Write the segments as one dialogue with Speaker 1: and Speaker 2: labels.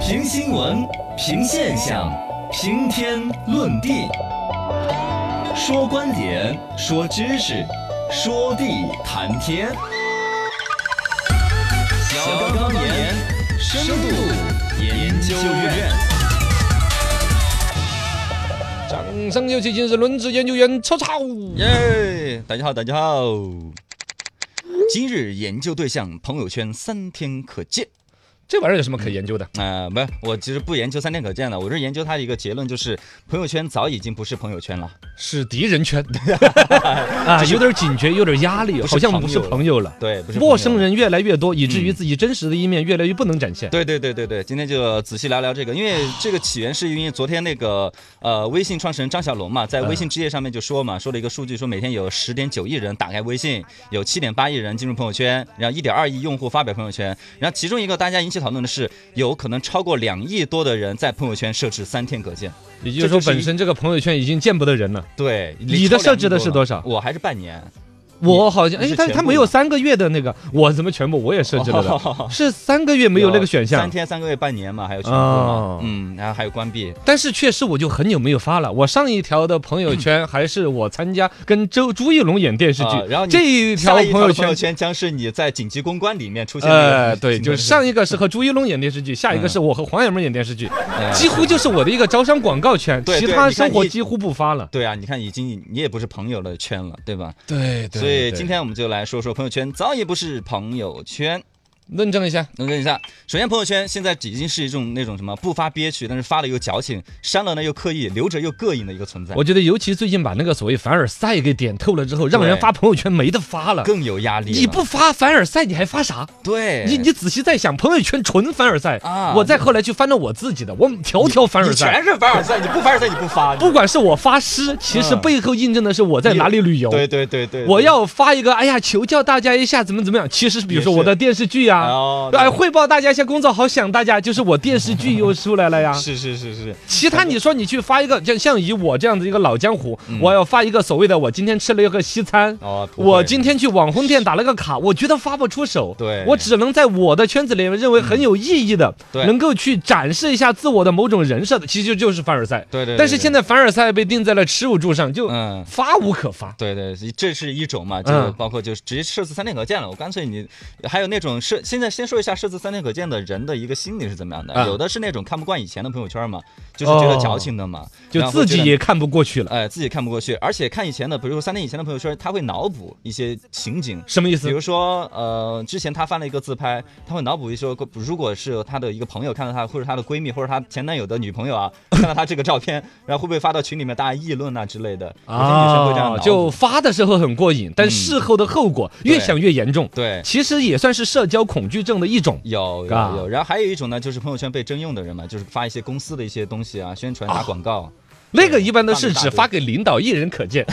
Speaker 1: 评新闻，评现象，评天论地，说观点，说知识，说地谈天。小刚言，深度研究院。
Speaker 2: 掌声有请今日轮值研究员曹操。
Speaker 1: 耶！大家好，大家好。今日研究对象朋友圈三天可见。
Speaker 2: 这玩意儿有什么可研究的？
Speaker 1: 啊、不是，我其实不研究三天可见的，我是研究它一个结论，就是朋友圈早已经不是朋友圈了，
Speaker 2: 是敌人圈 啊，有点警觉，有点压力，
Speaker 1: 不是
Speaker 2: 好像不是
Speaker 1: 朋友了
Speaker 2: 朋友
Speaker 1: 对，
Speaker 2: 了。
Speaker 1: 不是朋友
Speaker 2: 陌生。人越来越多，以至于
Speaker 1: 嗯
Speaker 2: 自己真实的一面越来越不能展现。
Speaker 1: 对对对对对，今天就仔细聊聊这个，因为这个起源是因为昨天那个呃，微信创始人张小龙嘛，在微信之夜上面就说嘛，说了一个数据，说每天有十点九亿人打开微信，有七点八亿人进入朋友圈，然后一点二亿用户发表朋友圈，然后其中一个大家引起讨论的是，有可能超过两亿多的人在朋友圈设置三天可见，
Speaker 2: 也就是
Speaker 1: 这就
Speaker 2: 说，
Speaker 1: 是一
Speaker 2: 本身这个朋友圈已经见不得人了。
Speaker 1: 对，
Speaker 2: 你的设置的是多少
Speaker 1: 我还是半年。
Speaker 2: 我好像，
Speaker 1: 你
Speaker 2: 哎
Speaker 1: 是，
Speaker 2: 但
Speaker 1: 全
Speaker 2: 他
Speaker 1: 部
Speaker 2: 没有
Speaker 1: 吗
Speaker 2: 三个月的那个，哦我怎么全部我也设置了的？是三个月没有那个选项
Speaker 1: 三。天、三个月、半年嘛，还有全部嘛
Speaker 2: 哦，
Speaker 1: 嗯，然后还有关闭，
Speaker 2: 但是确实我就很久没有发了。我上一条的朋友圈还是我参加跟周朱一龙演电视剧
Speaker 1: 啊，然后你
Speaker 2: 这一条
Speaker 1: 下一条
Speaker 2: 朋友
Speaker 1: 的
Speaker 2: 圈
Speaker 1: 圈将是你在紧急公关里面出现
Speaker 2: 呃
Speaker 1: 的，，
Speaker 2: 对，就是上一个是和朱一龙演电视剧，下一个
Speaker 1: 嗯
Speaker 2: 是我和黄晓明演电视剧，
Speaker 1: 哎
Speaker 2: 几乎就是我的一个招商广告圈，
Speaker 1: 对
Speaker 2: 其
Speaker 1: 对
Speaker 2: 他
Speaker 1: 你看
Speaker 2: 生活
Speaker 1: 你
Speaker 2: 几乎不发了。
Speaker 1: 对啊，你看已经你也不是朋友了圈了，对吧？
Speaker 2: 对对
Speaker 1: 所以今天我们就来说说朋友圈早已不是朋友圈。
Speaker 2: 论证一下，
Speaker 1: 能认一下，首先朋友圈现在已经是一种那种什么不发憋屈，但是发了又矫情，删了呢又刻意，留着又膈应的一个存在，
Speaker 2: 我觉得尤其最近把那个所谓凡尔赛给点透了之后，让人
Speaker 1: 对
Speaker 2: 发朋友圈没得发了。
Speaker 1: 更有压力了。哎
Speaker 2: 你不发凡尔赛，你还发啥？
Speaker 1: 对，
Speaker 2: 你你仔细再想，朋友圈纯凡尔赛
Speaker 1: 啊
Speaker 2: 我再后来去翻了我自己的，我条条凡尔
Speaker 1: 你
Speaker 2: 赛。
Speaker 1: 全是凡尔赛，你不凡尔赛你不发，你
Speaker 2: 不管是我发诗，其实
Speaker 1: 嗯
Speaker 2: 背后印证的是我在哪里旅游。
Speaker 1: 对对对对，
Speaker 2: 我要发一个，哎呀，求教大家一下怎么怎么样。其实，比如说
Speaker 1: 也是
Speaker 2: 我的电视剧呀、
Speaker 1: 哦。
Speaker 2: 哎，汇报大家一下工作，好想大家，就是我电视剧又出来了呀
Speaker 1: 是是是是，
Speaker 2: 其他你说你去发一个，像像以我这样子一个老江湖，我要发一个所谓的我今天吃了一个西餐。
Speaker 1: 嗯哦，不
Speaker 2: 我
Speaker 1: 会
Speaker 2: 今天去网红店打了个卡，我觉得发不出手，
Speaker 1: 对嗯
Speaker 2: 我只能在我的圈子里面认为很有意义的，
Speaker 1: 对
Speaker 2: 能够去展示一下自我的某种人设的，其实就是凡尔赛。
Speaker 1: 对对对
Speaker 2: 但是
Speaker 1: 对
Speaker 2: 现在凡尔赛被定在了耻辱柱上，就
Speaker 1: 嗯
Speaker 2: 发无可发。
Speaker 1: 对对，这是一种嘛，就
Speaker 2: 嗯
Speaker 1: 包括就是直接设置三天可见了。我干脆你还有那种设，现在先说一下设置三天可见的人的一个心理是怎么样的。
Speaker 2: 啊
Speaker 1: 有的是那种看不惯以前的朋友圈嘛，就是觉得
Speaker 2: 哦
Speaker 1: 矫情的嘛，
Speaker 2: 就
Speaker 1: 然后
Speaker 2: 自
Speaker 1: 会觉
Speaker 2: 己
Speaker 1: 得
Speaker 2: 也看不过去了。
Speaker 1: 哎自己看不过去，而且看以前的，比如说三天以前的朋友圈，他会脑补一些情景。
Speaker 2: 什么意思
Speaker 1: 比？如说，呃，之前他翻了一个自拍，他会脑补一说，如果是他的一个朋友看到他，或者他的闺蜜，或者他前男友的女朋友啊，看到他这个照片，然后会不会发到群里面大家议论啊之类的？有些女生会这样脑补
Speaker 2: 啊就发的时候很过瘾，但
Speaker 1: 嗯
Speaker 2: 事后的后果越
Speaker 1: 对
Speaker 2: 想越严重。
Speaker 1: 对，
Speaker 2: 其实也算是社交恐惧症的一种。
Speaker 1: 有
Speaker 2: 啊
Speaker 1: 有有，然后还有一种呢，就是朋友圈被征用的人嘛，就是发一些公司的一些东西啊，宣传打广告，
Speaker 2: 那个一般都
Speaker 1: 放
Speaker 2: 是
Speaker 1: 大
Speaker 2: 只
Speaker 1: 堆
Speaker 2: 发给领导一人可见，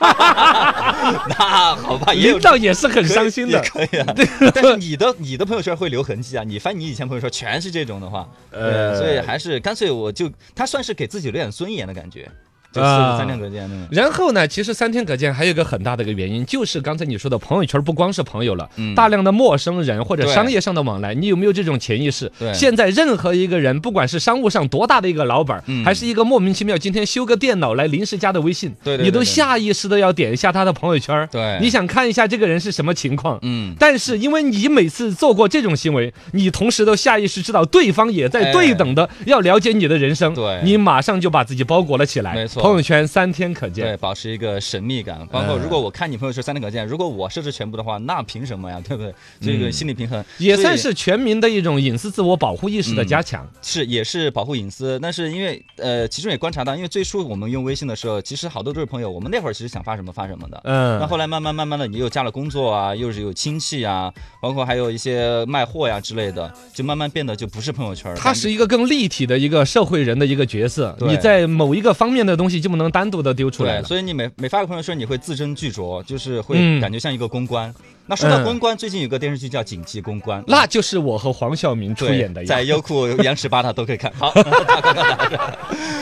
Speaker 1: 那好吧，也有
Speaker 2: 领导也是很
Speaker 1: 可以
Speaker 2: 伤心
Speaker 1: 哎也
Speaker 2: 的。
Speaker 1: 可以 啊。但是你的你的朋友圈会留痕迹啊，你翻你以前朋友圈全是这种的话，
Speaker 2: 呃
Speaker 1: 呃，所以还是干脆我就他算是给自己留点尊严的感觉，就四
Speaker 2: 啊
Speaker 1: 十三天可见那种。
Speaker 2: 然后呢，其实三天可见还有一个很大的一个原因，就是刚才你说的朋友圈不光是朋友了，
Speaker 1: 嗯
Speaker 2: 大量的陌生人或者
Speaker 1: 对
Speaker 2: 商业上的往来，你有没有这种潜意识？
Speaker 1: 对
Speaker 2: 现在任何一个人，不管是商务上多大的一个老板，
Speaker 1: 嗯
Speaker 2: 还是一个莫名其妙今天修个电脑来临时加的微信，
Speaker 1: 对对对
Speaker 2: 你都
Speaker 1: 对
Speaker 2: 下意识的要点一下他的朋友圈儿，
Speaker 1: 对
Speaker 2: 你想看一下这个人是什么情况。
Speaker 1: 嗯，
Speaker 2: 但是，因为你每次做过这种行为，你同时都下意识知道对方也在
Speaker 1: 哎
Speaker 2: 对等的要了解你的人生，
Speaker 1: 对
Speaker 2: 你马上就把自己包裹了起来。
Speaker 1: 没错
Speaker 2: 朋友圈三天可见。
Speaker 1: 对，保持一个神秘感。包
Speaker 2: 呃
Speaker 1: 括如果我看你朋友圈三天可见，如果我设置全部的话，那凭什么呀？对不对？这
Speaker 2: 嗯
Speaker 1: 个心理平衡
Speaker 2: 也
Speaker 1: 所以
Speaker 2: 算是全民的一种隐私自我保护意识的加强。
Speaker 1: 是也是保护隐私，但是因为呃，其中也观察到，因为最初我们用微信的时候，其实好多都是朋友，我们那会儿其实想发什么发什么的。
Speaker 2: 嗯，
Speaker 1: 那后来慢慢慢慢的，你又加了工作啊，又是有亲戚啊，包括还有一些卖货呀、之类的，就慢慢变得就不是朋友圈了。
Speaker 2: 他是一个更立体的一个社会人的一个角色，
Speaker 1: 对
Speaker 2: 你在某一个方面的东西就不能单独的丢出来
Speaker 1: 对，
Speaker 2: 了。
Speaker 1: 所以你每每发个朋友圈，你会字斟句酌，就是会
Speaker 2: 嗯
Speaker 1: 感觉像一个公关。那说到
Speaker 2: 嗯
Speaker 1: 公关，最近有个电视剧叫《紧急公关》，
Speaker 2: 那就是我和黄晓明出
Speaker 1: 对
Speaker 2: 演的呀。
Speaker 1: 在优 酷、央视、八大都可以看。好，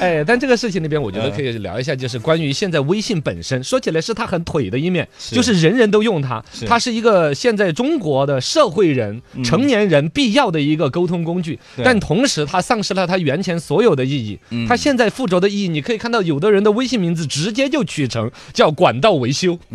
Speaker 2: 哎，但这个事情那边，我觉得
Speaker 1: 嗯
Speaker 2: 可以聊一下，就是关于现在微信本身，说起来是它很腿的一面，
Speaker 1: 是
Speaker 2: 就是人人都用它
Speaker 1: 是，嗯
Speaker 2: 它是一个现在中国的社会人、成年人必要的一个沟通工具，
Speaker 1: 对嗯
Speaker 2: 但同时它丧失了它原前所有的意义。它现在附着的意义，你可以看到，有的人的微信名字直接就取成叫管道维修，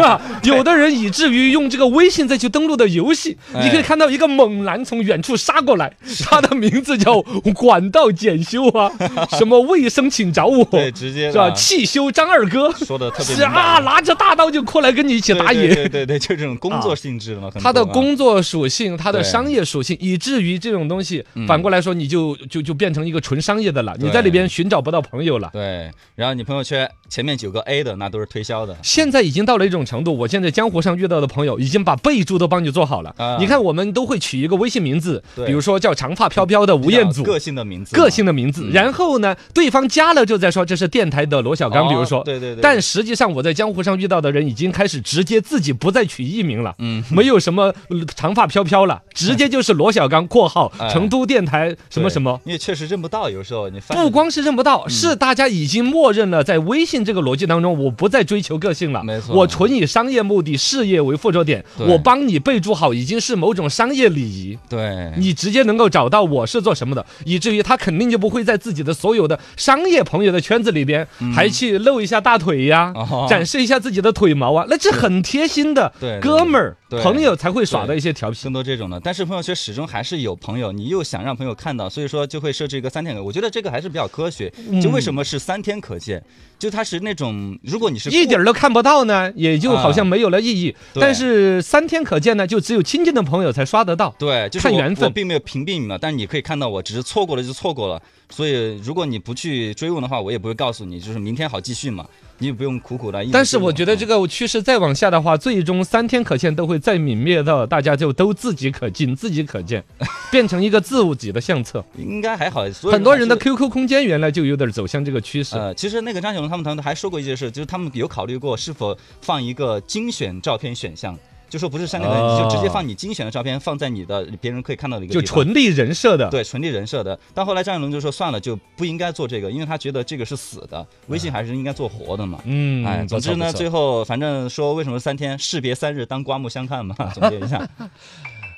Speaker 2: 吧？有的人以至于用这个微信再去登录的游戏，你可以
Speaker 1: 哎
Speaker 2: 看到一个猛男从远处杀过来，他的名字叫管道检修 啊，什么卫生请找我，
Speaker 1: 对，直接
Speaker 2: 是吧？
Speaker 1: 的
Speaker 2: 汽修张二哥
Speaker 1: 说的特别
Speaker 2: 是啊，拿着大刀就过来跟你一起
Speaker 1: 明白
Speaker 2: 打
Speaker 1: 对对
Speaker 2: 野。
Speaker 1: 对对对，就这种工作性质的嘛，很
Speaker 2: 他的
Speaker 1: 多啊
Speaker 2: 工作属性，他的
Speaker 1: 对嗯
Speaker 2: 商业属性，以至于这种东西，反过来说，你就就就变成一个纯商业的了，你在里边寻找不到朋友了。
Speaker 1: 对，然后你朋友圈前面九个 A 的，那都是推销的。
Speaker 2: 现在已经到了一种程度，我现在江湖上遇到的朋友已经把备注都帮你做好了。
Speaker 1: 啊
Speaker 2: 你看，我们都会取一个微信名字，
Speaker 1: 对
Speaker 2: 比如说叫“长发飘飘”的吴彦祖，
Speaker 1: 个性的名字嘛，嗯
Speaker 2: 个性的名字，然后呢，对方加了就在说这是电台的罗小刚，
Speaker 1: 哦
Speaker 2: 比如说，
Speaker 1: 对对对
Speaker 2: 但实际上我在江湖上遇到的人已经开始直接自己不再取艺名了，嗯，没有什么呃长发飘 飘了，直接就是罗小刚（括号
Speaker 1: 哎
Speaker 2: 成都电台什么什么）。
Speaker 1: 因为确实认不到，有时候你翻
Speaker 2: 不光是认不到，
Speaker 1: 嗯
Speaker 2: 是大家已经默认了，在微信这个逻辑当中，我不再追求个性了。
Speaker 1: 没错
Speaker 2: 我纯以商业目的、事业为附着点，
Speaker 1: 对
Speaker 2: 我帮你备注好，已经是某种商业礼仪。
Speaker 1: 对，
Speaker 2: 你直接能够找到我是做什么的，以至于他肯定就不会在自己的所有的商业朋友的圈子里边，还去露一下大腿呀、
Speaker 1: 嗯哦
Speaker 2: 展示一下自己的腿毛啊，那这很贴心的
Speaker 1: 对对
Speaker 2: 哥们儿
Speaker 1: 对
Speaker 2: 朋友才会耍的一些调皮。
Speaker 1: 更多这种的，但是朋友圈始终还是有朋友，你又想让朋友看到，所以说就会设置一个三天可，我觉得这个还是比较科学。
Speaker 2: 嗯
Speaker 1: 就为什么是三天可见？就它是那种，如果你是
Speaker 2: 一点儿都看不到呢，也就
Speaker 1: 啊
Speaker 2: 好像没有了意义。
Speaker 1: 对
Speaker 2: 但是三天可见呢，就只有亲近的朋友才刷得到。
Speaker 1: 对，就是
Speaker 2: 看
Speaker 1: 我
Speaker 2: 缘分
Speaker 1: 我并没有屏蔽你嘛，但是你可以看到我，只是错过了就错过了。所以如果你不去追问的话，我也不会告诉你，就是明天好继续嘛，你也不用苦苦的。
Speaker 2: 但是我觉得这
Speaker 1: 个
Speaker 2: 个趋势再往下的话，最终三天可见都会再泯灭到大家就都自己可进、自己 可见，变成一个自己的相册。
Speaker 1: 应该还好，所以
Speaker 2: 很多人的
Speaker 1: 还是
Speaker 2: QQ 空间原来就有点走向这个趋势。
Speaker 1: 呃，其实那个张小龙他们团队还说过一件事，就是他们有考虑过是否放一个精选照片选项，就说不是删那个，
Speaker 2: 哦
Speaker 1: 你就直接放你精选的照片放在你的别人可以看到的一个
Speaker 2: 就
Speaker 1: 地方
Speaker 2: 纯立人设的，
Speaker 1: 对纯立人设的。但后来张小龙就说算了，就不应该做这个，因为他觉得这个是死的，微信还是应该做活的嘛。
Speaker 2: 嗯，
Speaker 1: 哎，总
Speaker 2: 不错
Speaker 1: 之呢，
Speaker 2: 不错
Speaker 1: 最后反正说为什么三天士别三日，当刮目相看嘛。 总结一 下，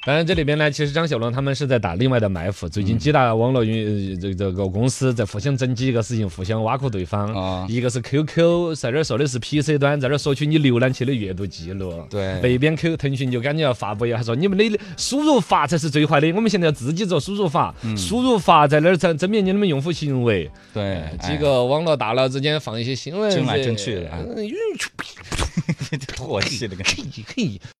Speaker 2: 当然这里边呢，其实张小龙他们是在打另外的埋伏。最近几大网络云这这个公司在互相整几个事情，互相挖苦对
Speaker 1: 哦
Speaker 2: 方。一个是 QQ 在这儿说的是 PC 端，在这儿索取你浏览器的阅读记录。
Speaker 1: 对
Speaker 2: 那边 Q 腾讯就赶紧要发布一下，说你们的输入法才是最坏的，我们现在要自己做输入法，
Speaker 1: 嗯
Speaker 2: 输入法在那儿证证明你们用户行为。
Speaker 1: 对，哎
Speaker 2: 几个嗯网络大佬之间放一些新闻，
Speaker 1: 争来争去的
Speaker 2: 哎
Speaker 1: 哎唾弃的感觉。
Speaker 2: 嘿嘿。